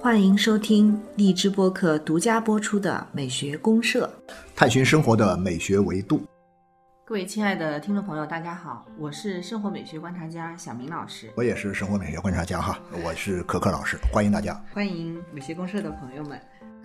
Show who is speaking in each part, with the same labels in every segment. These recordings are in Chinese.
Speaker 1: 欢迎收听荔枝播客独家播出的《美学公社》。
Speaker 2: 探寻生活的美学维度。
Speaker 1: 各位亲爱的听众朋友，大家好，我是生活美学观察家小明老师，
Speaker 2: 我也是生活美学观察家哈，我是可可老师，欢迎大家。
Speaker 1: 欢迎美学公社的朋友们。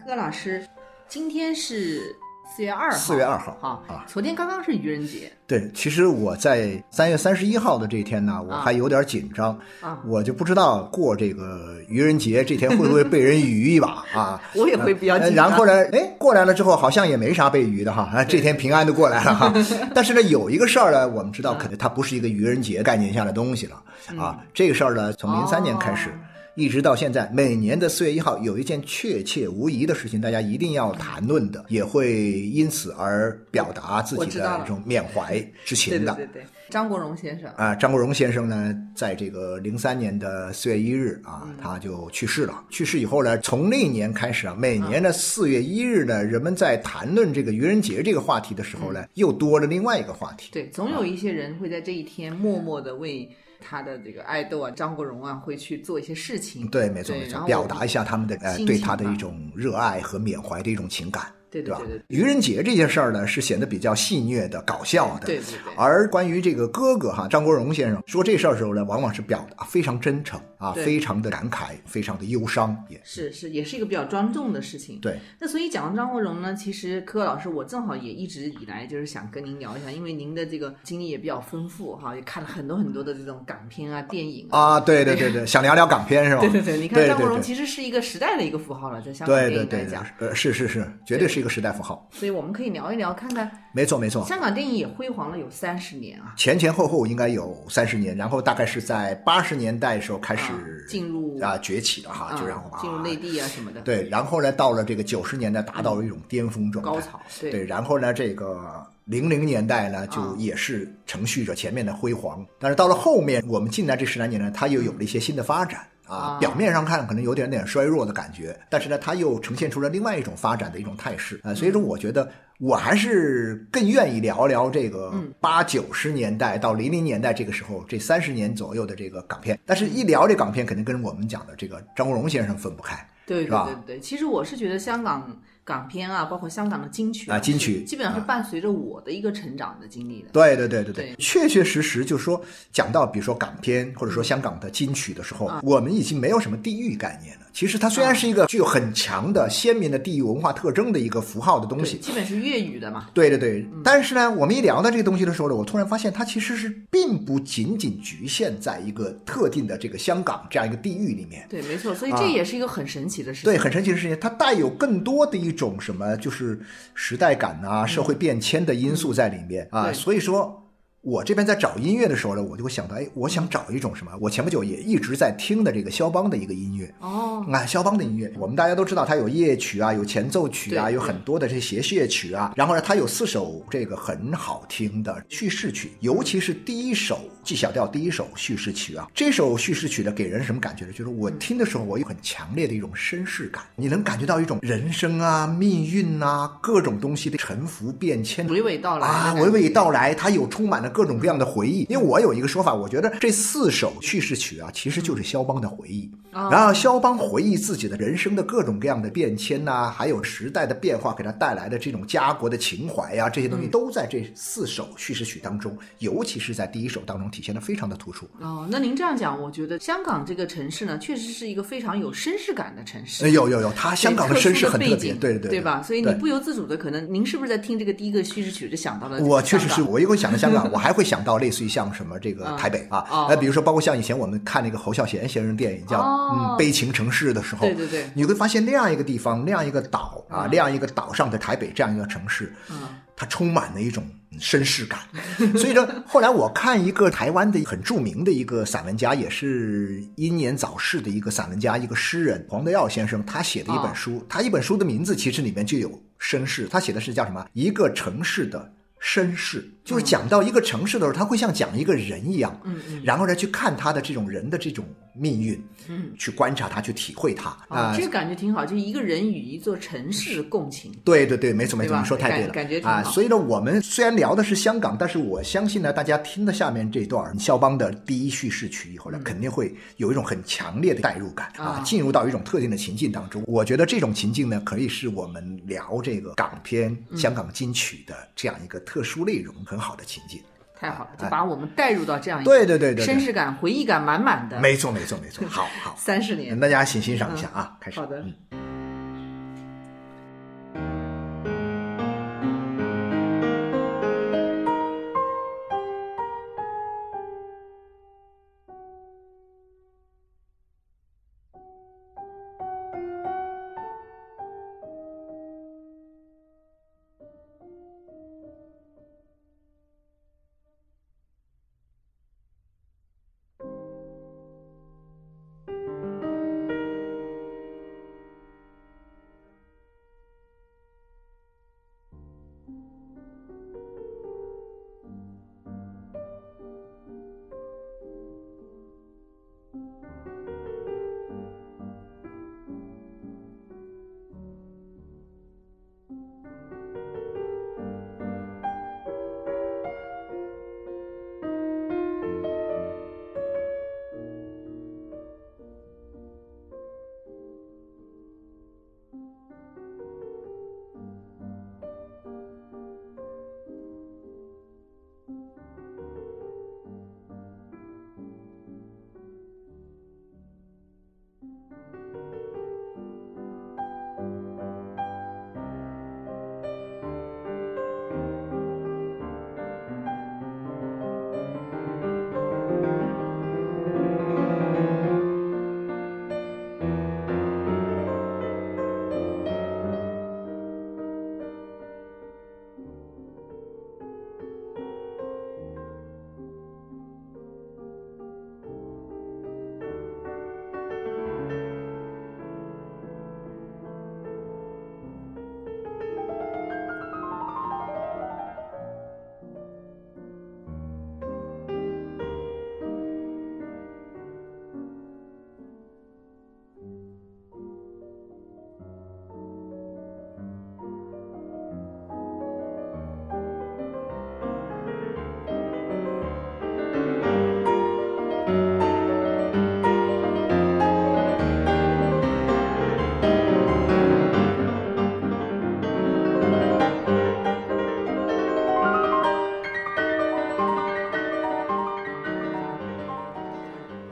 Speaker 1: 柯老师，今天是四月二号，
Speaker 2: 4月2号
Speaker 1: 好，
Speaker 2: 啊
Speaker 1: 昨天刚刚是愚人节
Speaker 2: 对，其实我在三月三十一号的这一天呢，我
Speaker 1: 啊
Speaker 2: 还有点紧张，
Speaker 1: 啊，
Speaker 2: 我就不知道过这个愚人节这天会不会被人愚一把啊。
Speaker 1: 我也会比较
Speaker 2: 呃
Speaker 1: 紧张。
Speaker 2: 然后呢？哎，过来了之后好像也没啥被愚的哈，啊，这天平安的过来 了哈。但是呢，有一个事儿呢，我们知道，可能它不是一个愚人节概念下的东西了啊。这个事儿呢，从零三年开始
Speaker 1: 嗯哦，
Speaker 2: 一直到现在，每年的四月一号有一件确切无疑的事情，大家一定要谈论的，也会因此而表达自
Speaker 1: 我
Speaker 2: 己
Speaker 1: 知
Speaker 2: 的
Speaker 1: 道
Speaker 2: 这
Speaker 1: 了
Speaker 2: 种缅怀之
Speaker 1: 对
Speaker 2: 情
Speaker 1: 对
Speaker 2: 的。
Speaker 1: 对对，张国荣先生，
Speaker 2: 啊，张国荣先生呢，在这个零三年的四月一日啊，
Speaker 1: 嗯
Speaker 2: 他就去世了。去世以后呢，从那一年开始啊，每年的
Speaker 1: 嗯
Speaker 2: 四月一日呢，人们在谈论这个愚人节这个话题的时候
Speaker 1: 嗯
Speaker 2: 呢，又多了另外一个话题。
Speaker 1: 对，总有一些人会在这一天默默的为他的这个爱豆啊，张国荣啊，会去做一些事情。
Speaker 2: 对，没错
Speaker 1: 对
Speaker 2: 没
Speaker 1: 然
Speaker 2: 错，
Speaker 1: 后
Speaker 2: 表达一下他们的呃
Speaker 1: 心
Speaker 2: 对
Speaker 1: 情
Speaker 2: 他的
Speaker 1: 吧
Speaker 2: 一种热爱和缅怀的一种情感，
Speaker 1: 对
Speaker 2: 对
Speaker 1: 对
Speaker 2: 吧
Speaker 1: 对对？
Speaker 2: 愚人节这件事儿呢，是显得比较戏谑的、搞笑的。
Speaker 1: 对对对
Speaker 2: 而关于这个哥哥哈，张国荣先生说这事儿的时候呢，往往是表达非常真诚啊，
Speaker 1: 对
Speaker 2: 非常的感慨，非常的忧伤也。
Speaker 1: 是是，也是一个比较庄重的事情。
Speaker 2: 对，
Speaker 1: 那所以讲到张国荣呢，其实柯老师，我正好也一直以来就是想跟您聊一下，因为您的这个经历也比较丰富哈，也看了很多很多的这种港片啊、电影啊。
Speaker 2: 啊，对对 对对，想聊聊港片是吧？
Speaker 1: 对对对，你看张国荣
Speaker 2: 哦对
Speaker 1: 其实是一个时代的一个符号了，在香港
Speaker 2: 对
Speaker 1: 电
Speaker 2: 对
Speaker 1: 影
Speaker 2: 对
Speaker 1: 来
Speaker 2: 对
Speaker 1: 讲，，
Speaker 2: 呃，是是是，绝对是一个时代符号，
Speaker 1: 所以我们可以聊一聊，看看
Speaker 2: 没错没错。
Speaker 1: 香港电影也辉煌了有三十年啊，
Speaker 2: 前前后后应该有三十年，然后大概是在八十年代的时候开始
Speaker 1: 啊进入
Speaker 2: 啊崛起的哈，就然后
Speaker 1: 啊，进入内
Speaker 2: 啊
Speaker 1: 地啊什么的，
Speaker 2: 对，然后呢到了这个九十年代达到了一种巅峰状态，
Speaker 1: 高潮，对
Speaker 2: 对，然后呢，这个零零年代呢，就
Speaker 1: 啊
Speaker 2: 也是承续着前面的辉煌，但是到了后面，我们近来这十来年呢，它又有了一些新的发展。啊，
Speaker 1: 啊
Speaker 2: 表面上看可能有点点衰弱的感觉，但是呢，它又呈现出了另外一种发展的一种态势啊、所以说，
Speaker 1: 嗯
Speaker 2: 我觉得我还是更愿意聊聊这个
Speaker 1: 嗯
Speaker 2: 八九十年代到零零年代这个时候这三十年左右的这个港片。但是，一聊这港片，肯定跟我们讲的这个张国荣先生分不开
Speaker 1: 对
Speaker 2: 是
Speaker 1: 对
Speaker 2: 吧
Speaker 1: 对对，其实我是觉得香港港片啊，包括香港的金曲
Speaker 2: 啊金曲
Speaker 1: 是基本上是伴随着我的一个成长的经历的。
Speaker 2: 对对对对对
Speaker 1: 对，
Speaker 2: 确确实实就是说，讲到比如说港片或者说香港的金曲的时候，我们已经没有什么地域概念了。其实它虽然是一个具有很强的鲜明的地域文化特征的一个符号的东
Speaker 1: 对，
Speaker 2: 西。
Speaker 1: 基本是粤语的嘛。
Speaker 2: 对对嗯对，但是呢，我们一聊到这个东西的时候呢，我突然发现它其实是并不仅仅局限在一个特定的这个香港这样一个地域里面，
Speaker 1: 对，没错，所以
Speaker 2: 啊
Speaker 1: 这也是一个很神奇的事情。
Speaker 2: 对，很神奇的事情，它带有更多的一种什么，就是时代感啊、社会变迁的因素在里面、啊。
Speaker 1: 嗯对
Speaker 2: 所以说，我这边在找音乐的时候呢，我就会想到，哎，我想找一种什么？我前不久也一直在听的这个肖邦的一个音乐。
Speaker 1: 哦，
Speaker 2: 啊，肖邦的音乐，我们大家都知道，它有夜曲啊，有前奏曲啊，
Speaker 1: 对
Speaker 2: 有
Speaker 1: 对
Speaker 2: 很多的这些谐谑曲啊。然后呢，它有四首这个很好听的叙事曲，尤其是第一首 G 小调第一首叙事曲啊。这首叙事曲呢，给人什么感觉呢？就是
Speaker 1: 嗯
Speaker 2: 我听的时候，我有很强烈的一种绅士感，你能感觉到一种人生啊、命运啊、各种东西的沉浮变迁的
Speaker 1: 娓娓道来的
Speaker 2: 啊，
Speaker 1: 感觉嗯
Speaker 2: 娓娓道来，它有充满了各种各样的回忆。因为我有一个说法，我觉得这四首叙事曲啊，其实就是肖邦的回忆。
Speaker 1: 哦
Speaker 2: 然后肖邦回忆自己的人生的各种各样的变迁呐、还有时代的变化给他带来的这种家国的情怀呀、这些
Speaker 1: 嗯
Speaker 2: 东西都在这四首叙事曲当中，尤其是在第一首当中体现的非常的突出。
Speaker 1: 哦，那您这样讲，我觉得香港这个城市呢，确实是一个非常有绅士感的城市。
Speaker 2: 呃有有有，他香港的绅士
Speaker 1: 对特殊的
Speaker 2: 很特
Speaker 1: 背
Speaker 2: 别，
Speaker 1: 景
Speaker 2: 对对
Speaker 1: 对吧？所以你
Speaker 2: 对
Speaker 1: 不由自主的，可能您是不是在听这个第一个叙事曲就想到了？
Speaker 2: 我确实是，我一会儿想到 香港，我还会想到类似于像什么这个
Speaker 1: 嗯
Speaker 2: 台北啊，
Speaker 1: 哦
Speaker 2: 呃，比如说包括像以前我们看那个侯孝贤先生电影叫《
Speaker 1: 哦
Speaker 2: 嗯悲情城市》的时候，
Speaker 1: 对对嗯对
Speaker 2: 你会发现那样一个地方，那样一个岛啊，那样一个岛上的台北这样一个城市，
Speaker 1: 嗯
Speaker 2: 它充满了一种绅士感。 所以呢，后来我看一个台湾的很著名的一个散文家，也是英年早逝的一个散文家，一个诗人黄德耀先生，他写的一本书，他一本书的名字其实里面就有绅士，他写的是叫什么？一个城市的。绅士就是讲到一个城市的时候，他会像讲一个人一样，
Speaker 1: 嗯嗯
Speaker 2: 然后呢去看他的这种人的这种命运，
Speaker 1: 嗯，
Speaker 2: 去观察它，去体会它啊、
Speaker 1: 哦，这个感觉挺好，就是一个人与一座城市共情。
Speaker 2: 对对对，没错没
Speaker 1: 对
Speaker 2: 错，
Speaker 1: 吧
Speaker 2: 你说太对了，
Speaker 1: 感感觉挺
Speaker 2: 啊，
Speaker 1: 好
Speaker 2: 所以呢，我们虽然聊的是香港，但是我相信呢，大家听了下面这段肖邦的第一叙事曲以后呢，肯定会有一种很强烈的代入感啊
Speaker 1: 嗯啊，
Speaker 2: 进入到一种特定的情境当中。我觉得这种情境呢，可以是我们聊这个港片、香港金曲的这样一个特殊内容很好的情境。
Speaker 1: 太好了，就
Speaker 2: 哎
Speaker 1: 把我们带入到这样一个
Speaker 2: 对对对对
Speaker 1: 绅
Speaker 2: 对，
Speaker 1: 士感、回忆感满满的
Speaker 2: 没错嗯没错没 错，好好，
Speaker 1: 三十年。
Speaker 2: 大家请欣赏一下啊，开始。
Speaker 1: 好的
Speaker 2: 嗯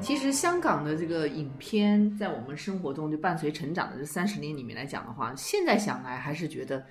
Speaker 1: 其实香港的这个影片，在我们生活中就伴随成长的这三十年里面来讲的话，现在想来还是觉得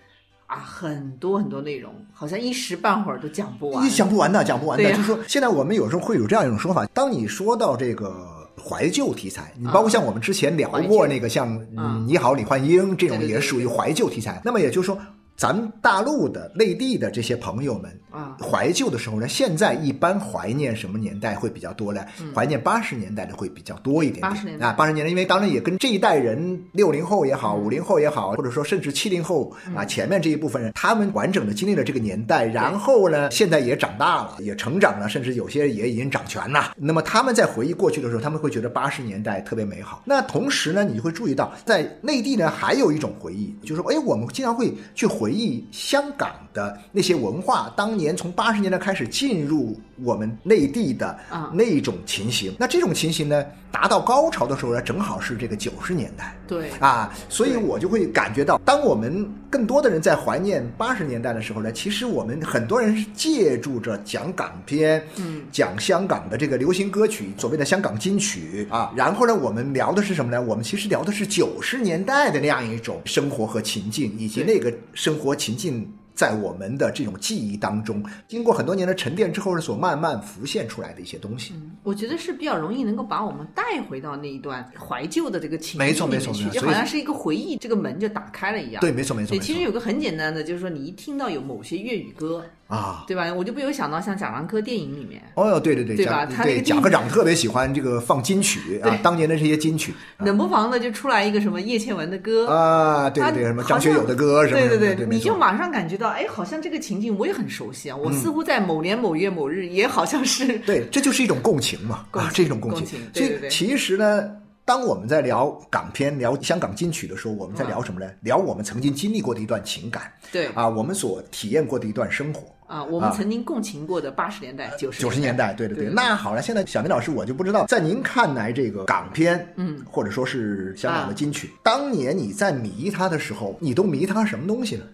Speaker 1: 啊，很多很多内容，好像一时半会儿都讲不完。
Speaker 2: 你讲不完的，讲不完的。
Speaker 1: 对呀
Speaker 2: 就是说，现在我们有时候会有这样一种说法：当你说到这个怀旧题材，你
Speaker 1: 啊
Speaker 2: 包括像我们之前聊过
Speaker 1: 怀旧
Speaker 2: 那个像
Speaker 1: 嗯
Speaker 2: 嗯《你好，李焕英》这种，
Speaker 1: 对对对
Speaker 2: 也属于
Speaker 1: 对对
Speaker 2: 怀旧题材。那么也就是说，咱们大陆的内地的这些朋友们。
Speaker 1: 啊，
Speaker 2: 怀旧的时候呢，现在一般怀念什么年代会比较多呢？怀念八十年代的会比较多一点
Speaker 1: 80年
Speaker 2: 点。
Speaker 1: 代嗯
Speaker 2: 啊，八十年代，因为当然也跟这一代人，六零后也好，五零后也好，或者说甚至七零后啊，前面这一部分人，他们完整的经历了这个年代，然后呢，现在也长大了，也成长了，甚至有些也已经掌权了。那么他们在回忆过去的时候，他们会觉得八十年代特别美好。那同时呢，你就会注意到，在内地呢，还有一种回忆，就是说，哎，我们经常会去回忆香港的那些文化，当年从八十年代开始进入我们内地的
Speaker 1: 啊
Speaker 2: 那一种情形。那这种情形呢，达到高潮的时候呢，正好是这个九十年代。
Speaker 1: 对，
Speaker 2: 啊，所以
Speaker 1: 对
Speaker 2: 我就会感觉到，当我们更多的人在怀念八十年代的时候呢，其实我们很多人是借助着讲港片，
Speaker 1: 嗯，
Speaker 2: 讲香港的这个流行歌曲，所谓的香港金曲啊，然后呢，我们聊的是什么呢？我们其实聊的是九十年代的那样一种生活和情境，以及
Speaker 1: 对
Speaker 2: 那个生活情境。在我们的这种记忆当中，经过很多年的沉淀之后呢，所慢慢浮现出来的一些东西。
Speaker 1: 我觉得是比较容易能够把我们带回到那一段怀旧的这个情
Speaker 2: 没错
Speaker 1: 境里
Speaker 2: 没错
Speaker 1: 面去，
Speaker 2: 没错
Speaker 1: 就
Speaker 2: 所以
Speaker 1: 好像是一个回忆，这个门就打开了一样。
Speaker 2: 对，没错，没错，
Speaker 1: 对，
Speaker 2: 没
Speaker 1: 其实
Speaker 2: 错
Speaker 1: 有个很简单的，就是说你一听到有某些粤语歌，
Speaker 2: 啊。
Speaker 1: 对吧？我就不由想到像贾樟柯电影里面，
Speaker 2: 哦哟，对对对，
Speaker 1: 对
Speaker 2: 贾
Speaker 1: 吧他那
Speaker 2: 对
Speaker 1: 个
Speaker 2: 贾
Speaker 1: 地
Speaker 2: 科长特别喜欢这个放金曲啊
Speaker 1: 对，
Speaker 2: 当年的这些金曲
Speaker 1: 冷不防的就出来一个什么叶倩文的歌，
Speaker 2: 啊，对对对，
Speaker 1: 啊
Speaker 2: 什么
Speaker 1: 好
Speaker 2: 张学友的歌什么
Speaker 1: 对
Speaker 2: 什么的，
Speaker 1: 对
Speaker 2: 对，没
Speaker 1: 你就
Speaker 2: 错嗯
Speaker 1: 马上感觉到，到，哎，好像这个情境我也很熟悉啊，我似乎在某年某月某日也好像是，
Speaker 2: 对，这就是一种共情嘛，
Speaker 1: 共
Speaker 2: 啊，
Speaker 1: 情
Speaker 2: 这种共
Speaker 1: 共
Speaker 2: 情。
Speaker 1: 情对
Speaker 2: 所以
Speaker 1: 对对
Speaker 2: 其实呢，当我们在聊港片、聊香港金曲的时候，我们在聊什么呢？聊我们曾经经历过的一段情感
Speaker 1: 嗯对
Speaker 2: 啊，我们所体验过的一段生活。
Speaker 1: 啊，我们曾经共情过的八十年代、九十
Speaker 2: 九十年
Speaker 1: 代，
Speaker 2: 代，对对对。
Speaker 1: 对
Speaker 2: 那好了，现在小明老师，我就不知道，在您看来，这个港片，嗯，或者说是香
Speaker 1: 啊
Speaker 2: 港的金曲，当年你在迷它的时候，你都迷它什么东西呢？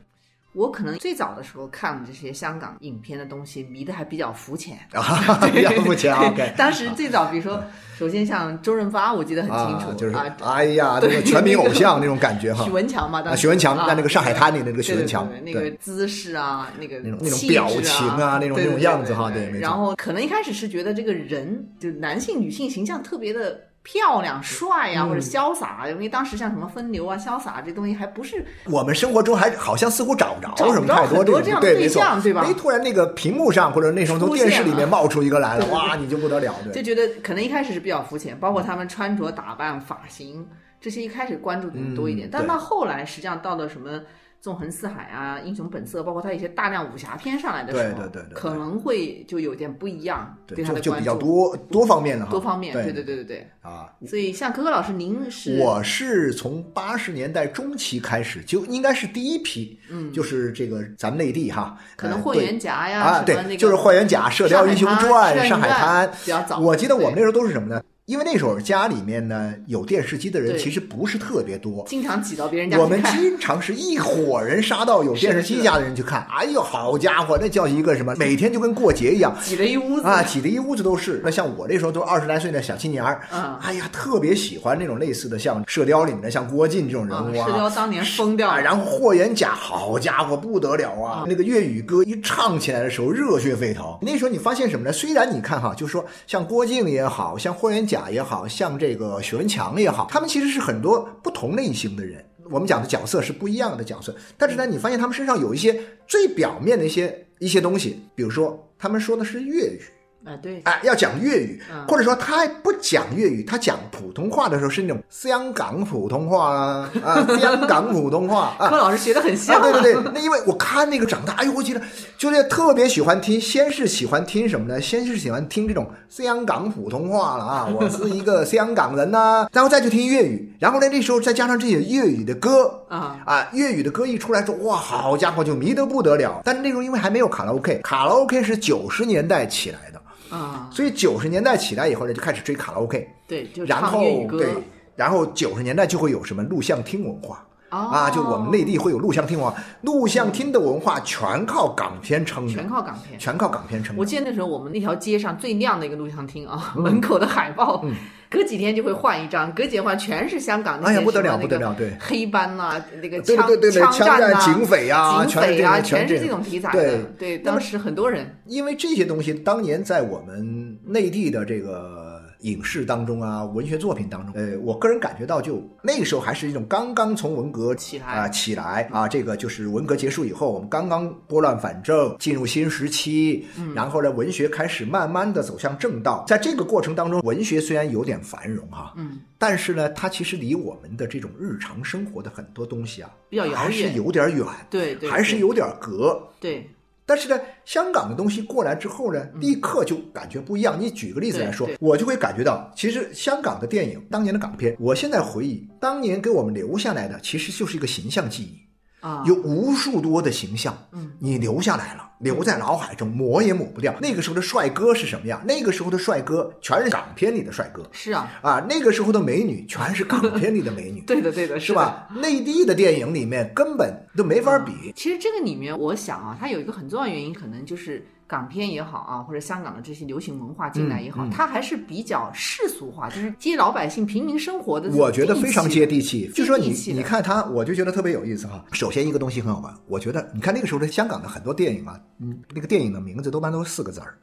Speaker 1: 我可能最早的时候看这些香港影片的东西，迷得还比较肤浅。
Speaker 2: 啊，比较肤浅 啊
Speaker 1: 对
Speaker 2: ，OK。
Speaker 1: 当时最早，比如说，首先像周润发，我记得很清楚
Speaker 2: 啊，就是
Speaker 1: 啊，
Speaker 2: 哎呀，那
Speaker 1: 对
Speaker 2: 个全民偶像那种感觉 哈
Speaker 1: 许。文强嘛，当
Speaker 2: 啊，
Speaker 1: 时
Speaker 2: 许文强
Speaker 1: 啊
Speaker 2: 在那个上海滩里的那个许
Speaker 1: 对
Speaker 2: 文
Speaker 1: 对
Speaker 2: 强，
Speaker 1: 对，那个姿势啊，那个
Speaker 2: 那种
Speaker 1: 气质
Speaker 2: 那种表情啊
Speaker 1: 啊，
Speaker 2: 那种
Speaker 1: 对
Speaker 2: 那种样子哈
Speaker 1: 对
Speaker 2: 对没错
Speaker 1: 然后可能一开始是觉得这个人就男性、女性形象特别的漂亮、帅呀、
Speaker 2: 嗯
Speaker 1: 或者潇洒啊，因为当时像什么风流啊、潇洒这东西还不是
Speaker 2: 我们生活中还好像似乎找不着
Speaker 1: 找不
Speaker 2: 什么太
Speaker 1: 着很
Speaker 2: 这
Speaker 1: 多
Speaker 2: 种
Speaker 1: 这样的
Speaker 2: 对，
Speaker 1: 对
Speaker 2: 没错
Speaker 1: 象对吧
Speaker 2: 哎，突然那个屏幕上或者那时候从
Speaker 1: 出
Speaker 2: 电
Speaker 1: 现
Speaker 2: 视里面
Speaker 1: 了
Speaker 2: 冒出一个来了，
Speaker 1: 对对
Speaker 2: 哇，你就不得了，
Speaker 1: 就
Speaker 2: 对，嗯
Speaker 1: 觉得可能一开始是比较肤浅，包括他们穿着打扮、发型这些，一开始关注的人多一点，
Speaker 2: 嗯
Speaker 1: 但
Speaker 2: 对
Speaker 1: 到后来实际上到了什么。纵横四海啊，英雄本色，包括他一些大量武侠片上来的时候，
Speaker 2: 对对对对对
Speaker 1: 可能会就有点不一样，
Speaker 2: 对，
Speaker 1: 他
Speaker 2: 就
Speaker 1: 的
Speaker 2: 就
Speaker 1: 关
Speaker 2: 比
Speaker 1: 注
Speaker 2: 较多多方面的哈，
Speaker 1: 多方面，
Speaker 2: 对
Speaker 1: 对对对对
Speaker 2: 啊。
Speaker 1: 对。所以像可可老师，您是
Speaker 2: 我是从八十年代中期开始，就应该是第一批，嗯，就是这个咱们内地哈，
Speaker 1: 可能
Speaker 2: 呃
Speaker 1: 霍
Speaker 2: 对
Speaker 1: 元甲呀，
Speaker 2: 啊，
Speaker 1: 什么
Speaker 2: 对，
Speaker 1: 那个
Speaker 2: 就是霍元甲《射雕英雄传》《上
Speaker 1: 上
Speaker 2: 海
Speaker 1: 海
Speaker 2: 滩
Speaker 1: 滩》比较早
Speaker 2: 我记得我们那
Speaker 1: 对
Speaker 2: 时候都是什么呢？因为那时候家里面呢有电视机的人
Speaker 1: 对
Speaker 2: 其实不是特别多。
Speaker 1: 经常挤到别人家
Speaker 2: 我
Speaker 1: 去
Speaker 2: 们
Speaker 1: 看
Speaker 2: 经常是一伙人杀到有电视机家的人去看，哎呦，好家伙，那叫一个什么，每天就跟过节一样
Speaker 1: 挤了一屋子
Speaker 2: 啊，挤得一屋子都是。那像我那时候都二十来岁的小青年儿，
Speaker 1: 嗯
Speaker 2: 哎呀，特别喜欢那种类似的，像《射雕》里面的像郭靖这种人
Speaker 1: 啊，
Speaker 2: 物
Speaker 1: 社
Speaker 2: 啊，
Speaker 1: 交当年疯掉
Speaker 2: 啊，
Speaker 1: 了，
Speaker 2: 然后霍元甲，好家伙，不得了啊！那个粤语歌一唱起来的时候，热血沸腾。那时候你发现什么呢？虽然你看哈，就是说像郭靖也好像霍元甲也好像这个许文强也好，他们其实是很多不同类型的人。我们讲的角色是不一样的角色，但是呢，你发现他们身上有一些最表面的一些一些东西，比如说他们说的是粤语，
Speaker 1: 啊，对，
Speaker 2: 哎，要讲粤语，
Speaker 1: 嗯
Speaker 2: 或者说他还不讲粤语，他讲普通话的时候是那种香港普通 话啊，啊，香港普通话啊
Speaker 1: 可，可老师学的很
Speaker 2: 啊，
Speaker 1: 像，
Speaker 2: 对对对，那因为我看那个长大，哎呦，我觉得就是特别喜欢听，先是喜欢听什么呢？先是喜欢听这种香港普通话了 啊，我是一个香港人呐、然后再去听粤语，然后呢，那时候再加上这些粤语的歌。
Speaker 1: 啊，
Speaker 2: 啊，粤语的歌一出来之后，哇，好家伙，就迷得不得了。但是那时候因为还没有卡拉 OK，卡拉 OK 是九十年代起来的，
Speaker 1: 啊，
Speaker 2: 所以九十年代起来以后呢，就开始追卡拉 OK，
Speaker 1: 对，就是
Speaker 2: 然
Speaker 1: 唱
Speaker 2: 后
Speaker 1: 粤语
Speaker 2: 对
Speaker 1: 歌，
Speaker 2: 然后九十年代就会有什么录像厅文化，啊，
Speaker 1: 啊
Speaker 2: 就我们内地会有录像厅文化，录像厅的文化全靠港片撑着
Speaker 1: 全，靠港片。
Speaker 2: 全靠港片撑
Speaker 1: 我
Speaker 2: 着。
Speaker 1: 记得那时候我们那条街上最亮的一个录像厅
Speaker 2: 嗯
Speaker 1: 啊，门口的海报，隔几天就会换一张，隔几天换全是香港那
Speaker 2: 哎
Speaker 1: 些
Speaker 2: 呀，不得
Speaker 1: 什么
Speaker 2: 了，不
Speaker 1: 那
Speaker 2: 得
Speaker 1: 个
Speaker 2: 了，对。
Speaker 1: 黑帮啊，那个
Speaker 2: 对
Speaker 1: 枪
Speaker 2: 对对对，枪
Speaker 1: 战
Speaker 2: 战、
Speaker 1: 啊、
Speaker 2: 警匪啊，
Speaker 1: 警
Speaker 2: 全是
Speaker 1: 匪
Speaker 2: 这
Speaker 1: 啊，
Speaker 2: 样，全
Speaker 1: 是
Speaker 2: 这
Speaker 1: 这
Speaker 2: 样。
Speaker 1: 种题材
Speaker 2: 对
Speaker 1: 的。对，当时很多人
Speaker 2: 因为这些东西当年在我们内地的这个影视当中啊，文学作品当中，呃，我个人感觉到就那个时候还是一种刚刚从文革
Speaker 1: 起来
Speaker 2: 啊、起来啊，这个就是文革结束以后，我们刚刚拨乱反正，进入新时期，
Speaker 1: 嗯
Speaker 2: 然后呢，文学开始慢慢的走向正道。在这个过程当中，文学虽然有点繁荣哈、
Speaker 1: 嗯，
Speaker 2: 但是呢，它其实离我们的这种日常生活的很多东西啊，
Speaker 1: 比较遥远
Speaker 2: 还是有点远，
Speaker 1: 对对
Speaker 2: 还是
Speaker 1: 对
Speaker 2: 有点隔。
Speaker 1: 对
Speaker 2: 但是呢，香港的东西过来之后呢，立刻就感觉不一样。你举个例子来说
Speaker 1: 嗯对，
Speaker 2: 我就会感觉到，其实香港的电影，当年的港片，我现在回忆，当年给我们留下来的，其实就是一个形象记忆，
Speaker 1: 啊，
Speaker 2: 有无数多的形象，
Speaker 1: 嗯，
Speaker 2: 你留下来了，留在脑海中，抹也抹不掉。那个时候的帅哥是什么样？那个时候的帅哥全是港片里的帅哥
Speaker 1: 是啊，，
Speaker 2: 啊，那个时候的美女全是港片里的美女
Speaker 1: 对的对的，
Speaker 2: 是
Speaker 1: 的？
Speaker 2: 吧？内地的电影里面根本都没法比。
Speaker 1: 嗯其实这个里面，我想啊，它有一个很重要的原因，可能就是港片也好啊，或者香港的这些流行文化进来也好，
Speaker 2: 嗯嗯
Speaker 1: 它还是比较世俗化，就是接老百姓平民生活的。
Speaker 2: 我觉得非常接
Speaker 1: 地
Speaker 2: 地气。
Speaker 1: 地
Speaker 2: 就说你
Speaker 1: 接地气的
Speaker 2: 你看他，我就觉得特别有意思哈。首先一个东西很好玩，我觉得你看那个时候的香港的很多电影啊，嗯，那个电影的名字多半都是四个字儿，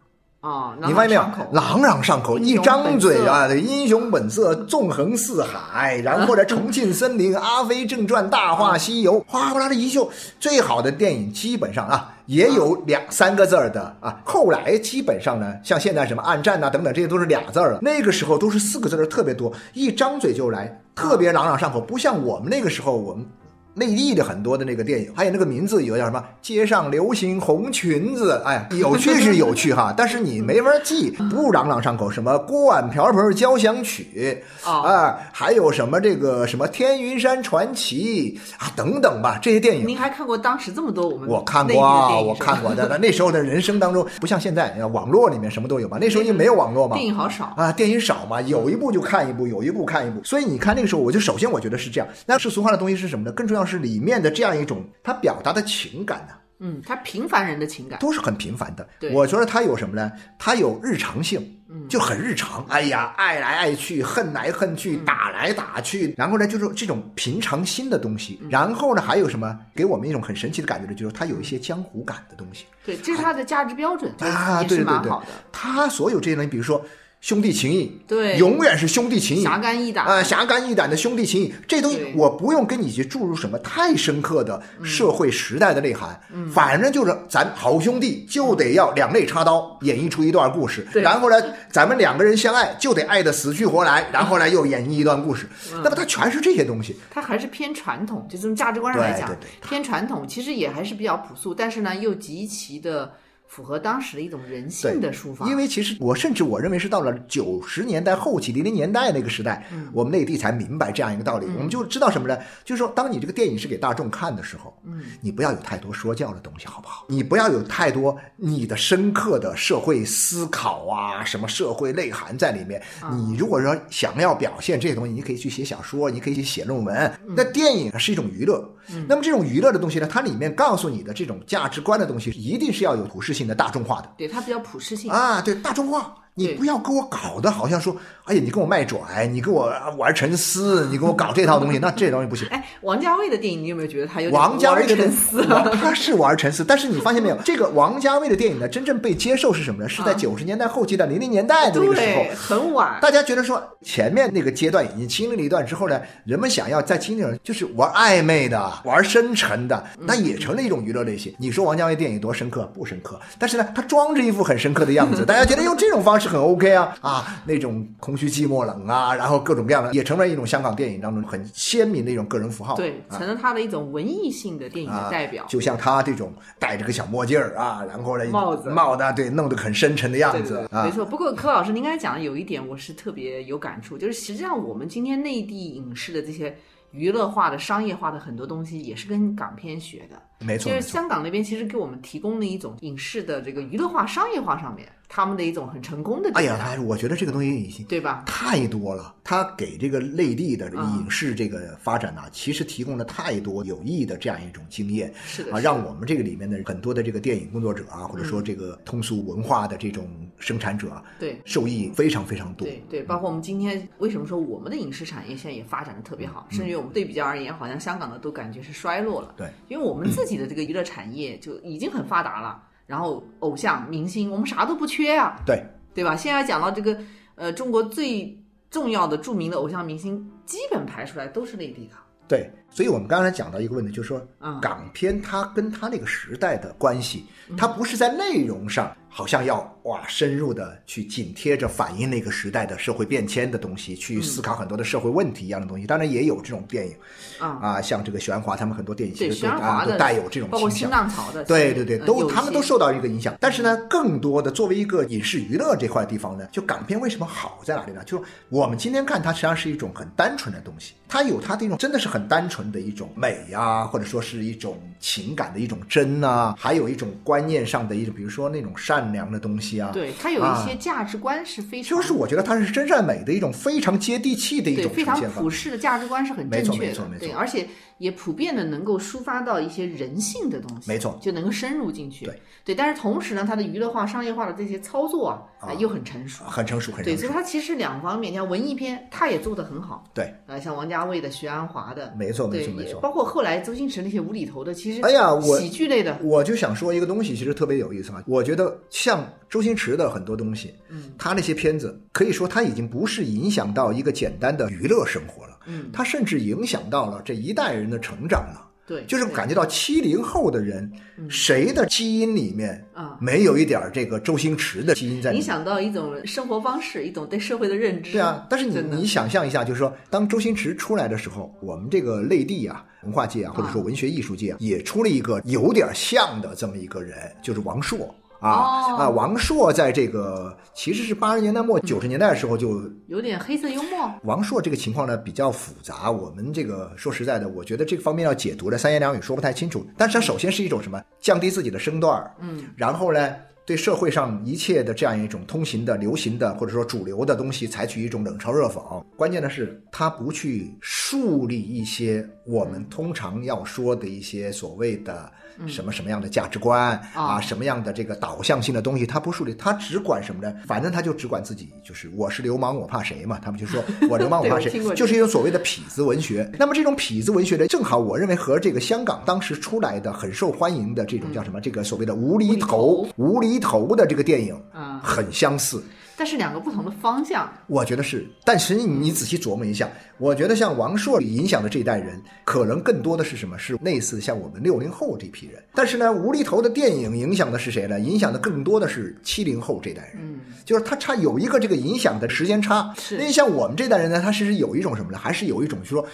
Speaker 1: 啊，
Speaker 2: 你发现没有
Speaker 1: 朗朗上？口
Speaker 2: 朗朗上口，
Speaker 1: 英雄
Speaker 2: 一张嘴啊，对，英雄本色，纵横四 海，然后呢，重庆森林、阿飞正传、大话西游， 哗哗啦的一秀，最好的电影基本上啊。也有两三个字儿的啊，后来基本上呢，像现在什么暗战啊呐、等等，这些都是俩字儿了。那个时候都是四个字儿的特别多，一张嘴就来，特别朗朗上口，不像我们那个时候，我们内地的很多的那个电影，还有那个名字有叫什么“街上流行红裙子”，哎，有趣是有趣 哈，但是你没法记，不朗朗上口。什么“锅碗瓢盆交响曲”
Speaker 1: 哦，
Speaker 2: 啊，还有什么这个什么《天云山传奇》啊等等吧，这些电影
Speaker 1: 您还看过当时这么多我们
Speaker 2: 我看
Speaker 1: 内地
Speaker 2: 过
Speaker 1: 的
Speaker 2: 啊，
Speaker 1: 电影
Speaker 2: 我
Speaker 1: 是吧
Speaker 2: 看 过 的。但那时候的人生当中，不像现在，呃网络里面什么都有嘛。那时候就没有网络嘛
Speaker 1: 电，影好少，
Speaker 2: 啊，电影少嘛，有一部就看一部，有一部看一部。所以你看那个时候，我就首先我觉得是这样。那世俗化的东西是什么呢？更重要是里面的这样一种它表达的情感呢、
Speaker 1: 嗯，它平凡人的情感，
Speaker 2: 都是很平凡的
Speaker 1: 对。
Speaker 2: 我觉得它有什么呢？它有日常性
Speaker 1: 嗯，
Speaker 2: 就很日常。哎呀，爱来爱去，恨来恨去，
Speaker 1: 嗯
Speaker 2: 打来打去，然后呢，就是这种平常心的东
Speaker 1: 嗯
Speaker 2: 西。然后呢，还有什么给我们一种很神奇的感觉呢？就是它有一些江湖感的东西。
Speaker 1: 对，这是他的价值标准，就
Speaker 2: 啊
Speaker 1: 也是
Speaker 2: 对对
Speaker 1: 蛮
Speaker 2: 对
Speaker 1: 好的，
Speaker 2: 他所有这些东西，比如说兄弟情谊，
Speaker 1: 对
Speaker 2: 永远是兄弟情谊。
Speaker 1: 侠肝义胆
Speaker 2: 啊，侠肝义胆的兄弟情谊，这东西
Speaker 1: 对嗯
Speaker 2: 我不用跟你去注入什么太深刻的社会时代的内涵，反正就是咱好兄弟就得要两肋插刀，演绎出一段故事，
Speaker 1: 嗯对
Speaker 2: 然后呢，咱们两个人相爱就得爱得死去活来，然 后呢又演绎一段故事，
Speaker 1: 嗯
Speaker 2: 那么它全是这些东西，
Speaker 1: 它还是偏传统，就从价值观上来讲，
Speaker 2: 对对
Speaker 1: 偏传统，其实也还是比较朴素，但是呢，又极其的符合当时的一种人性的抒发。
Speaker 2: 因为其实我甚至我认为是到了九十年代后期、零零年代那个时代，我们内地才明白这样一个道理。我们就知道什么呢？就是说，当你这个电影是给大众看的时候，嗯，你不要有太多说教的东西，好不好？你不要有太多你的深刻的社会思考啊，什么社会内涵在里面。你如果说想要表现这些东西，你可以去写小说，你可以去写论文。那电影是一种娱乐，那么这种娱乐的东西呢，它里面告诉你的这种价值观的东西，一定是要有普适性的、大众化的。
Speaker 1: 对它比较普适性，
Speaker 2: 啊，对大众化，你
Speaker 1: 对
Speaker 2: 不要给我搞的好像说，哎呀，你给我卖拽，你给我玩沉思，你给我搞这套东西，那这东西 不行。
Speaker 1: 哎，王家卫的电影，你有没有觉得他有点
Speaker 2: 王家卫的
Speaker 1: 沉思？
Speaker 2: 他是玩沉思，但是你发现 没有，这个王家卫的电影呢，真正被接受是什么呢？是在
Speaker 1: 啊
Speaker 2: 九十年代后期的零零年代的那个时候
Speaker 1: 对，。很晚，
Speaker 2: 大家觉得说前面那个阶段已经经历了一段之后呢，人们想要再经历一段就是玩暧昧的、玩深沉的，那也成了一种娱乐类型。你说王家卫电影多深刻？不深刻，但是呢，他装着一副很深刻的样 子，大家觉得用这种方式很 OK 啊啊，那种空虚、寂寞、冷啊，然后各种各样的，也成为一种香港电影当中很鲜明的一种个人符号。
Speaker 1: 对，
Speaker 2: 啊
Speaker 1: 成了他的一种文艺性的电影的代表。
Speaker 2: 就像他这种戴着个小墨镜儿啊，然后呢
Speaker 1: 帽子
Speaker 2: 帽子啊对，弄得很深沉的
Speaker 1: 对
Speaker 2: 样
Speaker 1: 对
Speaker 2: 子
Speaker 1: 对，
Speaker 2: 啊
Speaker 1: 没。错。不过柯老师，您刚才讲的有一点，我是特别有感触，就是实际上我们今天内地影视的这些娱乐化的、商业化的很多东西，也是跟港片学的。
Speaker 2: 没错
Speaker 1: 就，是
Speaker 2: 没错
Speaker 1: 香港那边其实给我们提供了一种影视的这个娱乐化、商业化上面他们的一种很成功的
Speaker 2: 哎
Speaker 1: 地
Speaker 2: 呀，
Speaker 1: 方，
Speaker 2: 他我觉得这个东西已经
Speaker 1: 对吧？
Speaker 2: 太多了，它给这个内地的影视这个发展呐、啊
Speaker 1: 嗯
Speaker 2: 其实提供了太多有益的这样一种经验
Speaker 1: 是的，是
Speaker 2: 啊，
Speaker 1: 的嗯
Speaker 2: 让我们这个里面的很多的这个电影工作者啊，或者说这个通俗文化的这种生产者啊，
Speaker 1: 对
Speaker 2: 受益非常非常多。
Speaker 1: 对对，包括我们今天为什么说我们的影视产业现在也发展的特别好，甚至于我们对比较而言，好像香港的都感觉是衰落了。
Speaker 2: 嗯对，
Speaker 1: 因为我们自己的这个娱乐产业就已经很发达了，然后偶像、明星，我们啥都不缺啊，
Speaker 2: 对
Speaker 1: 对吧？现在讲到这个，呃，中国最重要的著名的偶像明星，基本排出来都是内地的。
Speaker 2: 对，所以我们刚才讲到一个问题，就是说
Speaker 1: 嗯
Speaker 2: 港片它跟它那个时代的关系，它不是在内容上好像要哇深入的去紧贴着反映那个时代的社会变迁的东西，去
Speaker 1: 嗯
Speaker 2: 思考很多的社会问题一样的东西。当然也有这种电影
Speaker 1: 啊、
Speaker 2: 啊，像这个玄华他们很多电影其
Speaker 1: 对，
Speaker 2: 实
Speaker 1: 徐
Speaker 2: 都
Speaker 1: 安
Speaker 2: 啊
Speaker 1: 华
Speaker 2: 都
Speaker 1: 的，
Speaker 2: 带有这种
Speaker 1: 包括
Speaker 2: 倾
Speaker 1: 新
Speaker 2: 向。
Speaker 1: 浪潮的，
Speaker 2: 对对对，
Speaker 1: 嗯
Speaker 2: 都
Speaker 1: 有一
Speaker 2: 他们都
Speaker 1: 些
Speaker 2: 受到一个影响，但是呢，更多的作为一个影视娱乐这块地方呢，就港片为什么好在哪里呢？就是我们今天看它实际上是一种很单纯的东西，它有它的一种真的是很单纯的一种美呀、或者说是一种情感的一种真呐、还有一种观念上的一种，比如说那种善良的东西啊。
Speaker 1: 对他有
Speaker 2: 啊
Speaker 1: 一些价值观是非常、
Speaker 2: 就是我觉得它是真善美的一种非常接地气的一
Speaker 1: 对
Speaker 2: 种
Speaker 1: 非
Speaker 2: 呈
Speaker 1: 常
Speaker 2: 现方
Speaker 1: 普
Speaker 2: 式。
Speaker 1: 世的价值观是很
Speaker 2: 没
Speaker 1: 正
Speaker 2: 错
Speaker 1: 确
Speaker 2: 没错
Speaker 1: 的
Speaker 2: 没，
Speaker 1: 对，
Speaker 2: 错
Speaker 1: 而且也普遍的能够抒发到一些人性的东西，
Speaker 2: 没错
Speaker 1: 就能够深入进去。
Speaker 2: 对
Speaker 1: 但是同时呢，它的娱乐化、商业化的这些操作啊，
Speaker 2: 啊
Speaker 1: 哎又很成熟。
Speaker 2: 很成熟，很
Speaker 1: 对，
Speaker 2: 成
Speaker 1: 所
Speaker 2: 熟
Speaker 1: 以，它其实两方面，你看文艺片，它也做得很好，
Speaker 2: 对，
Speaker 1: 呃，像王家卫的、徐安华的，
Speaker 2: 没错，没
Speaker 1: 对，
Speaker 2: 错，没
Speaker 1: 也
Speaker 2: 错。
Speaker 1: 包括后来周星驰那些无厘头的，其实
Speaker 2: 哎呀我
Speaker 1: 喜剧类的，
Speaker 2: 我就想说一个东西，其实特别有意思啊。我觉得像周星驰的很多东西，
Speaker 1: 嗯，
Speaker 2: 他那些片子可以说他已经不是影响到一个简单的娱乐生活了，
Speaker 1: 嗯，
Speaker 2: 他甚至影响到了这一代人的成长了。
Speaker 1: 对，
Speaker 2: 就是感觉到七零后的人，
Speaker 1: 嗯
Speaker 2: 谁的基因里面
Speaker 1: 啊。
Speaker 2: 没有一点儿这个周星驰的基因在里
Speaker 1: 影
Speaker 2: 面？
Speaker 1: 响到一种生活方式，一种对社会的认知。
Speaker 2: 对啊，但是你
Speaker 1: 真的
Speaker 2: 你想象一下，就是说，当周星驰出来的时候，我们这个内地啊，文化界啊，或者说文学艺术界、啊，也出了一个有点像的这么一个人，就是王朔。啊、
Speaker 1: 哦
Speaker 2: 啊！王朔在这个其实是八十年代末九十年代的时候就
Speaker 1: 有点黑色幽默。
Speaker 2: 王朔这个情况呢比较复杂，我们这个说实在的，我觉得这个方面要解读的三言两语说不太清楚。但是它首先是一种什么降低自己的身段儿，
Speaker 1: 嗯，
Speaker 2: 然后呢对社会上一切的这样一种通行的、流行的或者说主流的东西采取一种冷嘲热讽。关键的是他不去树立一些我们通常要说的一些所谓的什么什么样的价值观、
Speaker 1: 啊
Speaker 2: 啊，什么样的这个导向性的东西，他不树立，他只管什么呢？反正他就只管自己，就是我是流氓，我怕谁嘛？他们就 说我流氓，我怕
Speaker 1: 对我听过
Speaker 2: 谁，
Speaker 1: 这
Speaker 2: 就是一种所谓的痞子文学。那么这种痞子文学呢，正好我认为和这个香港当时出来的很受欢迎的这种叫什么，这个所谓的无厘头、无厘头的这个电影
Speaker 1: 啊
Speaker 2: 很相似。
Speaker 1: 但是两个不同的方向。
Speaker 2: 我觉得是，但其实你仔细琢磨一下，我觉得像王朔影响的这一代人，可能更多的是什么？是类似像我们六零后这批人。但是呢，无厘头的电影影响的是谁呢？影响的更多的是七零后这代人。
Speaker 1: 嗯，
Speaker 2: 就是它差有一个这个影响的时间差。
Speaker 1: 是
Speaker 2: 那像我们这代人呢，他其实有一种什么呢？还是有一种就是说。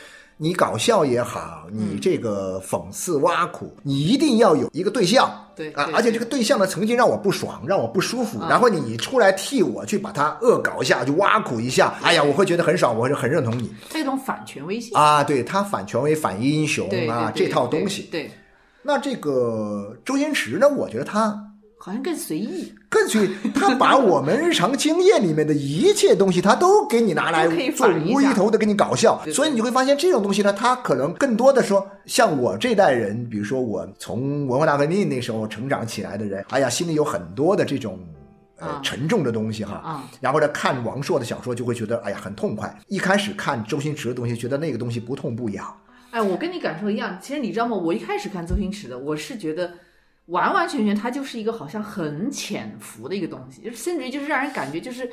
Speaker 2: 你搞笑也好，你这个讽刺挖苦，你一定要有一个对象，
Speaker 1: 对
Speaker 2: 啊
Speaker 1: 对，啊
Speaker 2: 而且这个对象呢，曾经让我不爽，让我不舒服，然后你出来替我去把他恶搞一下，就挖苦一下，哎呀，我会觉得很爽，我会很认同 你
Speaker 1: 这种反权威性。
Speaker 2: 啊，对他反权威、反英雄
Speaker 1: 对
Speaker 2: 啊
Speaker 1: 对对
Speaker 2: 这套
Speaker 1: 对
Speaker 2: 东西。
Speaker 1: 对，
Speaker 2: 那这个周星驰呢，我觉得他
Speaker 1: 好像更随意，
Speaker 2: 更去，他把我们日常经验里面的一切东西，他都给你拿来
Speaker 1: 都可以
Speaker 2: 做
Speaker 1: 反一下
Speaker 2: 无厘头的给你搞笑，
Speaker 1: 对对
Speaker 2: 所以你就会发现这种东西呢，它可能更多的说，像我这代人，比如说我从文化大革命那时候成长起来的人，哎呀，心里有很多的这种。呃
Speaker 1: 啊，
Speaker 2: 沉重的东西哈，
Speaker 1: 啊
Speaker 2: 然后呢，看王朔的小说就会觉得，哎呀，很痛快。一开始看周星驰的东西，觉得那个东西不痛不痒，
Speaker 1: 哎，我跟你感受一样。其实你知道吗？我一开始看周星驰的，我是觉得完完全全他就是一个好像很潜伏的一个东西，就是甚至于就是让人感觉就是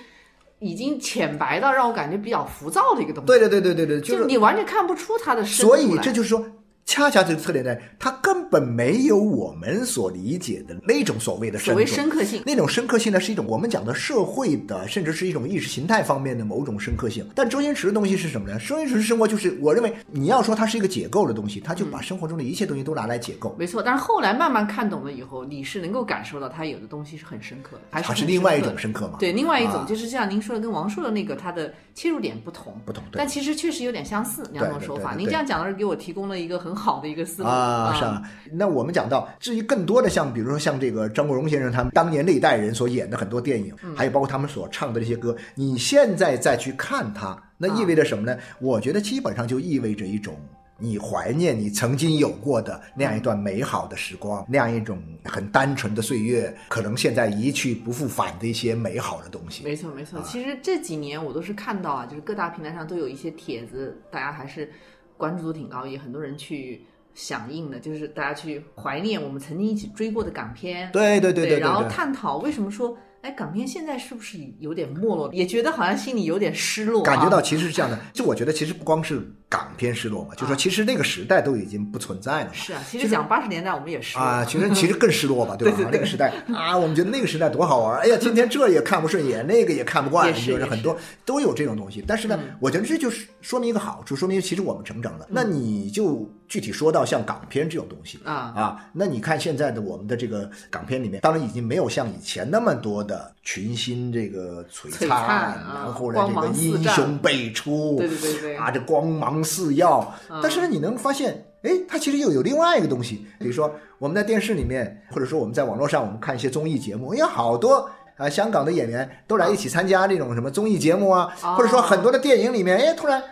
Speaker 1: 已经浅白到让我感觉比较浮躁的一个东西。
Speaker 2: 对对对对对对，就是
Speaker 1: 就你完全看不出他的深度
Speaker 2: 所
Speaker 1: 来。
Speaker 2: 以这就是说，恰恰这个特点呢，它根本没有我们所理解的那种所谓的
Speaker 1: 所
Speaker 2: 深
Speaker 1: 谓
Speaker 2: 度。
Speaker 1: 深刻性，
Speaker 2: 那种深刻性呢，是一种我们讲的社会的，甚至是一种意识形态方面的某种深刻性。但周星驰的东西是什么呢？周星驰的生活就是，我认为你要说它是一个解构的东西，他就把生活中的一切东西都拿来解构，
Speaker 1: 没错。但是后来慢慢看懂了以后，你是能够感受到他有的东西是很深刻的，还是
Speaker 2: 它
Speaker 1: 很
Speaker 2: 是另外一
Speaker 1: 深刻
Speaker 2: 种
Speaker 1: 的。
Speaker 2: 深刻嘛？
Speaker 1: 对，另外一种
Speaker 2: 啊
Speaker 1: 就是像您说的，跟王朔的那个他的切入点不同，
Speaker 2: 不同对
Speaker 1: 但其实确实有点相似两种
Speaker 2: 对对
Speaker 1: 手
Speaker 2: 对
Speaker 1: 法。
Speaker 2: 对
Speaker 1: 您
Speaker 2: 对
Speaker 1: 这样讲倒是给我提供了一个很好的一个思路
Speaker 2: 啊，是吧？那我们讲到，至于更多的像，比如说像这个张国荣先生他们当年那一代人所演的很多电影，
Speaker 1: 嗯
Speaker 2: 还有包括他们所唱的这些歌，你现在再去看它，那意味着什么呢？
Speaker 1: 啊
Speaker 2: 我觉得基本上就意味着一种。你怀念你曾经有过的那样一段美好的时光，
Speaker 1: 嗯
Speaker 2: 那样一种很单纯的岁月，可能现在一去不复返的一些美好的东西。
Speaker 1: 没错，没
Speaker 2: 啊
Speaker 1: 错。其实这几年我都是看到啊，就是各大平台上都有一些帖子，大家还是关注度挺高，也很多人去响应的，就是大家去怀念我们曾经一起追过的港片，
Speaker 2: 对对对对对
Speaker 1: 然后
Speaker 2: 对
Speaker 1: 探讨为什么说，哎，港片现在是不是有点没落，也觉得好像心里有点失落、啊
Speaker 2: 感觉到。其实是这样的。就我觉得其实不光是港片失落嘛，就说
Speaker 1: 啊
Speaker 2: 其实那个时代都已经不存在了嘛。
Speaker 1: 是啊，其实讲八十年代我们也失落，
Speaker 2: 啊，其实其实更失落 吧，对吧？
Speaker 1: 对对对嗯
Speaker 2: 那个时代啊，我们觉得那个时代多好玩儿，哎呀，天天这也看不顺眼，那个也看不惯，
Speaker 1: 也是
Speaker 2: 就是
Speaker 1: 也
Speaker 2: 很
Speaker 1: 是
Speaker 2: 多都有这种东西。但是呢，
Speaker 1: 嗯
Speaker 2: 我觉得这就是说明一个好处，说明其实我们成长了。那你就具体说到像港片这种东西。
Speaker 1: 啊，
Speaker 2: 啊，那你看现在的我们的这个港片里面，当然已经没有像以前那么多的群星这个璀
Speaker 1: 璀璨啊
Speaker 2: 然后呢
Speaker 1: 光
Speaker 2: 这个
Speaker 1: 芒四
Speaker 2: 英
Speaker 1: 照
Speaker 2: 雄辈出，
Speaker 1: 对对对对嗯
Speaker 2: 啊，这光芒四耀。但是呢，你能发现，哎，它其实又有另外一个东西，比如说我们在电视里面，或者说我们在网络上，我们看一些综艺节目，因为好多。啊，香港的演员都来一起参加这种什么综艺节目啊，
Speaker 1: 哦
Speaker 2: 或者说很多的电影里面，哎，突然，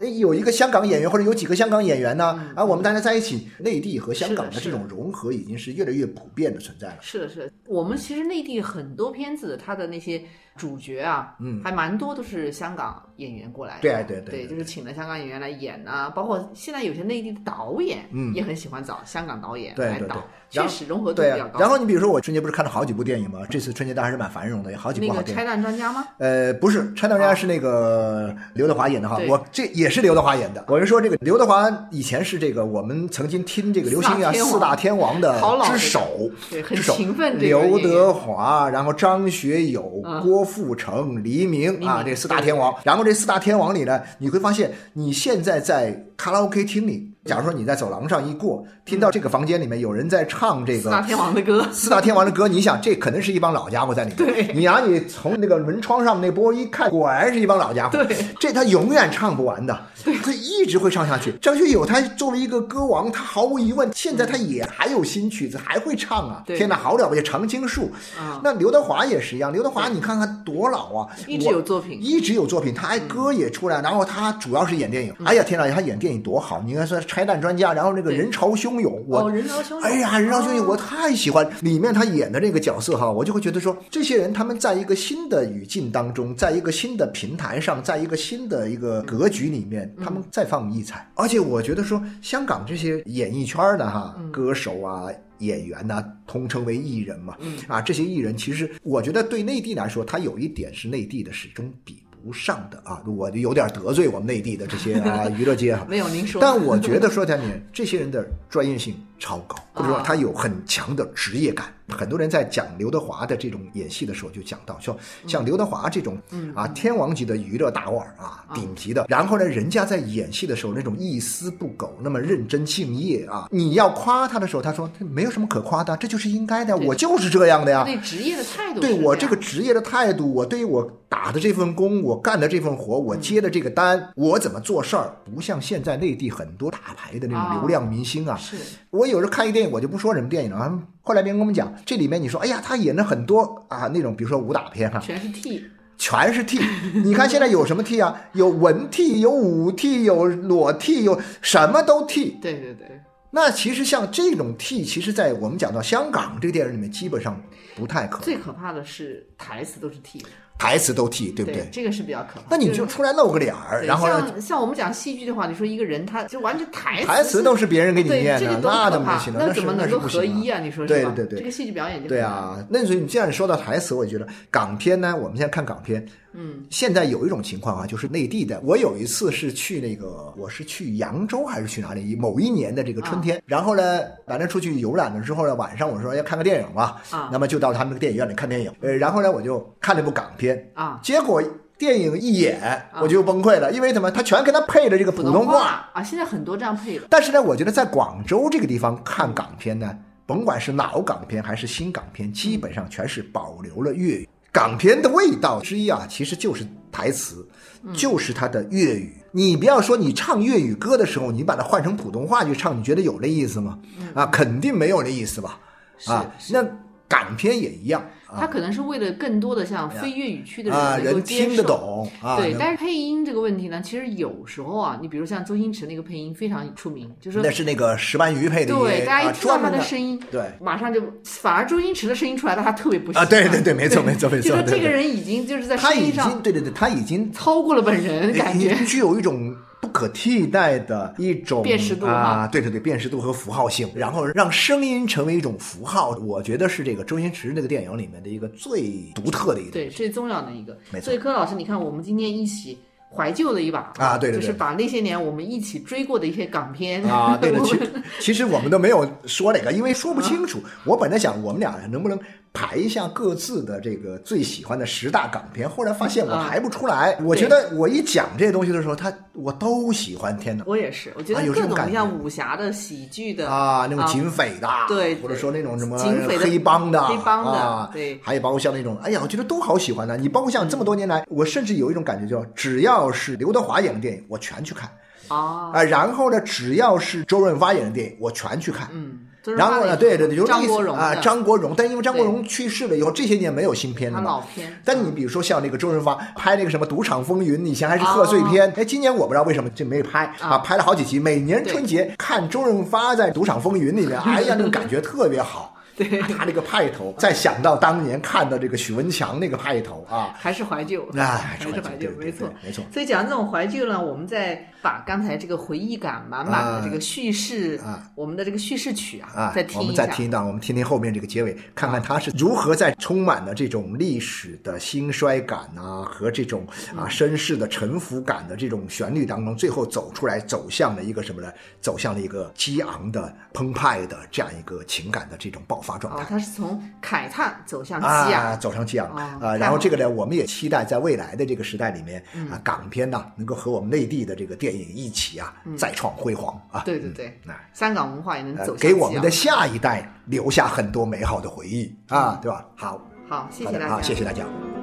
Speaker 2: 哎，有一个香港演员或者有几个香港演员
Speaker 1: 嗯
Speaker 2: 呢，啊，我们大家在一起，内地和香港的
Speaker 1: 是的
Speaker 2: 这种融合已经是越来越普遍的存在了。
Speaker 1: 是的，是的。我们其实内地很多片子，它的那些主角啊，
Speaker 2: 嗯
Speaker 1: 还蛮多都是香港演员过来的。
Speaker 2: 对啊对对对
Speaker 1: 就是请了香港演员来演呐、包括现在有些内地的导演，
Speaker 2: 嗯
Speaker 1: 也很喜欢找香港导演
Speaker 2: 对
Speaker 1: 来
Speaker 2: 对
Speaker 1: 导，
Speaker 2: 对然
Speaker 1: 确
Speaker 2: 后
Speaker 1: 实融合度
Speaker 2: 对
Speaker 1: 比较
Speaker 2: 啊，
Speaker 1: 高。
Speaker 2: 然后你比如说我春节不是看了好几部电影吗？这次春节档还是蛮繁荣的，有好几部
Speaker 1: 那
Speaker 2: 好
Speaker 1: 个
Speaker 2: 电
Speaker 1: 拆
Speaker 2: 影。
Speaker 1: 弹专家吗？
Speaker 2: 呃，不是，《拆弹专
Speaker 1: 啊
Speaker 2: 家》是那个刘德华演的哈
Speaker 1: 对，
Speaker 2: 我这也是刘德华演的。我是说，这个刘德华以前是这个我们曾经听这个流行乐啊
Speaker 1: 四
Speaker 2: 四
Speaker 1: 大
Speaker 2: 大天王的
Speaker 1: 好老的
Speaker 2: 之首，
Speaker 1: 对，很
Speaker 2: 之首
Speaker 1: 勤奋。这个
Speaker 2: 刘
Speaker 1: 演员
Speaker 2: 德华，然后张学友、
Speaker 1: 嗯
Speaker 2: 郭富城、黎明啊，
Speaker 1: 黎明
Speaker 2: 这四大天王。然后这四大天王里呢，你会发现你现在在卡拉 OK 厅里，假如说你在走廊上一过，听
Speaker 1: 嗯
Speaker 2: 到这个房间里面有人在唱这
Speaker 1: 四大
Speaker 2: 个。
Speaker 1: 天王的 歌，
Speaker 2: 四大天王的歌，你想这肯定是一帮老家伙在里
Speaker 1: 对
Speaker 2: 面。你拿你从那个门窗上那波一看，果然是一帮老家伙。
Speaker 1: 对，
Speaker 2: 这他永远唱不完的，他一直会唱下去。张学友他作为一个歌王，他毫无疑问，现在他也还有新曲子，还会唱啊！
Speaker 1: 嗯对
Speaker 2: 天哪，好了不起，常青树。
Speaker 1: 嗯，
Speaker 2: 那刘德华也是一样，刘德华你看看多老啊，
Speaker 1: 一直
Speaker 2: 我
Speaker 1: 有嗯作品。
Speaker 2: 啊一直有作品，他还歌也出来，然后他主要是演电影。哎呀天哪，他演电影多好！你看说拆弹专家，然后那个
Speaker 1: 嗯对
Speaker 2: 人潮汹涌，我
Speaker 1: 哦，人潮汹涌。
Speaker 2: 哎呀，人潮汹涌，我
Speaker 1: 哦
Speaker 2: 太喜欢里面他演的那个角色哈，我就会觉得说，这些人他们在一个新的语境当中，在一个新的平台上，在一个新的一个格局里面，他
Speaker 1: 嗯
Speaker 2: 们再放异彩。而且我觉得说，香港这些演艺圈的哈
Speaker 1: 嗯，
Speaker 2: 歌手啊。演员呐、通称为艺人嘛，
Speaker 1: 嗯
Speaker 2: 啊，这些艺人其实我觉得对内地来说，他有一点是内地的始终比不上的啊，我就有点得罪我们内地的这些 啊娱乐界哈，
Speaker 1: 没有您说，
Speaker 2: 但我觉得说起来，你这些人的专业性超高，或者说
Speaker 1: 啊
Speaker 2: 他有很强的职业感。很多人在讲刘德华的这种演戏的时候，就讲到说，像刘德华这种
Speaker 1: 嗯
Speaker 2: 啊天王级的娱乐大腕儿啊，
Speaker 1: 啊
Speaker 2: 顶级的。然后呢，人家在演戏的时候那种一丝不苟，那么认真敬业啊，你要夸他的时候，他说他没有什么可夸的，这就是应该的，
Speaker 1: 对
Speaker 2: 我就是这样的呀。
Speaker 1: 对职业的态度是
Speaker 2: 对
Speaker 1: 样，
Speaker 2: 我这个职业的态度，我对于我打的这份工，我干的这份活，
Speaker 1: 嗯
Speaker 2: 我接的这个单，我怎么做事儿，不像现在内地很多大牌的那
Speaker 1: 啊
Speaker 2: 种流量明星啊。
Speaker 1: 是
Speaker 2: 我有时候看一电影，我就不说什么电影了。啊后来别人跟我们讲，这里面你说，哎呀，他演了很多啊，那种比如说武打片啊，
Speaker 1: 全是 T，
Speaker 2: 全是 T。你看现在有什么 T 啊？有文 T，有武 T，有裸 T，有什么都 T。
Speaker 1: 对对对，
Speaker 2: 那其实像这种 T，其实在我们讲到香港这个电影里面，基本上不太可能，
Speaker 1: 最可怕的是台词都是 T，
Speaker 2: 台词都 T，对不对
Speaker 1: 对，？这个是比较可怕。
Speaker 2: 那你
Speaker 1: 是
Speaker 2: 就出来露个脸儿，
Speaker 1: 对
Speaker 2: 然后呢，
Speaker 1: 像像我们讲戏剧的话，你说一个人他就完全台词
Speaker 2: 台词都是别人给你
Speaker 1: 对
Speaker 2: 念
Speaker 1: 这
Speaker 2: 的
Speaker 1: 个，都
Speaker 2: 那
Speaker 1: 可
Speaker 2: 怎么
Speaker 1: 怕，
Speaker 2: 行呢？
Speaker 1: 那
Speaker 2: 是
Speaker 1: 怎么
Speaker 2: 那
Speaker 1: 能
Speaker 2: 是
Speaker 1: 够
Speaker 2: 不
Speaker 1: 合
Speaker 2: 行
Speaker 1: 一
Speaker 2: 的。
Speaker 1: 啊？你说是
Speaker 2: 对
Speaker 1: 吧？
Speaker 2: 对对
Speaker 1: 这个戏剧表演就
Speaker 2: 对
Speaker 1: 很难，
Speaker 2: 啊，那所以你这样说到台词，我觉得港片呢，我们现在看港片，
Speaker 1: 嗯
Speaker 2: 现在有一种情况啊，就是内地的。我有一次是去那个，我是去扬州还是去哪里？某一年的这个
Speaker 1: 啊
Speaker 2: 春天，然后呢，反正出去游览的时候呢，晚上我说要看个电影嘛，
Speaker 1: 啊
Speaker 2: 那么就到他们那个电影院里看电影。呃，然后呢，我就看了一部港片，
Speaker 1: 啊，
Speaker 2: 结果电影一演我就崩溃了，因为什么？他全给他配的这个普通话。
Speaker 1: 啊，现在很多这样配的，
Speaker 2: 但是呢，我觉得在广州这个地方看港片呢，甭管是老港片还是新港片，基本上全是保留了粤语。港片的味道之一啊，其实就是台词，
Speaker 1: 嗯
Speaker 2: 就是它的粤语。你不要说你唱粤语歌的时候，你把它换成普通话去唱，你觉得有那意思吗？啊，肯定没有那意思吧？
Speaker 1: 嗯是
Speaker 2: 啊，
Speaker 1: 是
Speaker 2: 那港片也一样
Speaker 1: 他
Speaker 2: 啊
Speaker 1: 可能是为了更多的像非粤语区的
Speaker 2: 啊，
Speaker 1: 能够
Speaker 2: 人
Speaker 1: 接
Speaker 2: 听得
Speaker 1: 受。
Speaker 2: 懂啊。
Speaker 1: 对，
Speaker 2: 能
Speaker 1: 但是配音这个问题呢，其实有时候啊，你比如像周星驰那个配音非常出名，就是
Speaker 2: 那
Speaker 1: 说
Speaker 2: 是那个石斑鱼配的音，
Speaker 1: 对大家
Speaker 2: 啊
Speaker 1: 一听到
Speaker 2: 专
Speaker 1: 他
Speaker 2: 门
Speaker 1: 的声音，
Speaker 2: 对
Speaker 1: 马上就反而周星驰的声音出来了，他特别不喜
Speaker 2: 啊，
Speaker 1: 欢
Speaker 2: 对对对，没错没错没
Speaker 1: 就
Speaker 2: 错，
Speaker 1: 说
Speaker 2: 对
Speaker 1: 这
Speaker 2: 对
Speaker 1: 个人已经就是在
Speaker 2: 他
Speaker 1: 声
Speaker 2: 已
Speaker 1: 音
Speaker 2: 经
Speaker 1: 上
Speaker 2: 对对对，他已经
Speaker 1: 超过了本人，感觉
Speaker 2: 已经具有一种不可替代的一种
Speaker 1: 辨识度哈
Speaker 2: 啊，对对对，辨识度和符号性，然后让声音成为一种符号，我觉得是这个周星驰那个电影里面的一个最独特的一个。
Speaker 1: 对最重要的一个。
Speaker 2: 没错
Speaker 1: 所以柯老师，你看我们今天一起怀旧了一把
Speaker 2: 啊对对对
Speaker 1: 就是把那些年我们一起追过的一些港片
Speaker 2: 啊，对了，
Speaker 1: 我
Speaker 2: 其
Speaker 1: 们
Speaker 2: 其实我们都没有说这个，因为说不清楚。我本来想我们俩能不能排一下各自的这个最喜欢的十大港片，后来发现我
Speaker 1: 啊
Speaker 2: 排不出来。我觉得我一讲这些东西的时候，他我都喜欢。天哪！
Speaker 1: 我也是，我觉得
Speaker 2: 啊有这
Speaker 1: 各
Speaker 2: 种感
Speaker 1: 种
Speaker 2: 觉
Speaker 1: 像武侠的、喜剧的
Speaker 2: 啊，那种
Speaker 1: 啊
Speaker 2: 警匪的，
Speaker 1: 对
Speaker 2: 或者说那种什么
Speaker 1: 警匪的
Speaker 2: 黑帮的、
Speaker 1: 黑帮的
Speaker 2: 啊，
Speaker 1: 对
Speaker 2: 还有包括像那种，哎呀，我觉得都好喜欢的。你包括像这么多年来，我甚至有一种感觉，叫只要是刘德华演的电影，我全去看
Speaker 1: 啊，
Speaker 2: 啊。然后呢，只要是周润发演的电影，我全去看。
Speaker 1: 嗯，就是
Speaker 2: 然后
Speaker 1: 发
Speaker 2: 呢，
Speaker 1: 那
Speaker 2: 对对对，有
Speaker 1: 张
Speaker 2: 意思
Speaker 1: 国荣
Speaker 2: 啊，
Speaker 1: 的
Speaker 2: 张国荣，但因为张国荣去世了以后，这些年没有新片
Speaker 1: 他
Speaker 2: 了嘛
Speaker 1: 老。片，
Speaker 2: 但你比如说像那个周润发拍那个什么《赌场风云》，以前还是贺岁片，哎，今年我不知道为什么就没拍
Speaker 1: 哦啊
Speaker 2: 啊，拍了好几集。每年春节看周润发在《赌场风云》里面，哎呀，那个感觉特别好。
Speaker 1: 对，
Speaker 2: 他那个派头，再想到当年看到这个许文强那个派头啊，
Speaker 1: 还是怀旧，
Speaker 2: 哎，
Speaker 1: 还是怀
Speaker 2: 旧
Speaker 1: 旧，，没错
Speaker 2: 对。，对没错。
Speaker 1: 所以讲这种怀旧呢，我们再把刚才这个回忆感满满的这个叙事，
Speaker 2: 啊
Speaker 1: 我们的这个叙事曲啊，
Speaker 2: 啊
Speaker 1: 再，听
Speaker 2: 我们
Speaker 1: 一下。
Speaker 2: 再听一段，我们听听后面这个结尾，看看他是如何在充满了这种历史的兴衰感啊和这种
Speaker 1: 嗯
Speaker 2: 啊绅士的沉浮感的这种旋律当中，最后走出来，走向了一个什么呢？走向了一个激昂的、澎湃的这样一个情感的这种爆发状
Speaker 1: 哦
Speaker 2: 态，。
Speaker 1: 它是从慨叹哦走向激
Speaker 2: 啊，
Speaker 1: 昂，
Speaker 2: 走上激昂
Speaker 1: 哦
Speaker 2: 啊！
Speaker 1: 太
Speaker 2: 然
Speaker 1: 好嗯
Speaker 2: 后这个呢，我们也期待在未来的这个时代里面啊，港片呢能够和我们内地的这个电影一起啊，再创辉煌啊！
Speaker 1: 嗯对对对
Speaker 2: 嗯，哎
Speaker 1: 三港文化也能
Speaker 2: 呃
Speaker 1: 走向激
Speaker 2: 给
Speaker 1: 昂。
Speaker 2: 我们的下一代留下很多美好的回忆啊，对吧？好，
Speaker 1: 好，谢
Speaker 2: 好
Speaker 1: 谢
Speaker 2: 的
Speaker 1: 大
Speaker 2: 啊，
Speaker 1: 家，
Speaker 2: 谢谢大家。
Speaker 1: 嗯。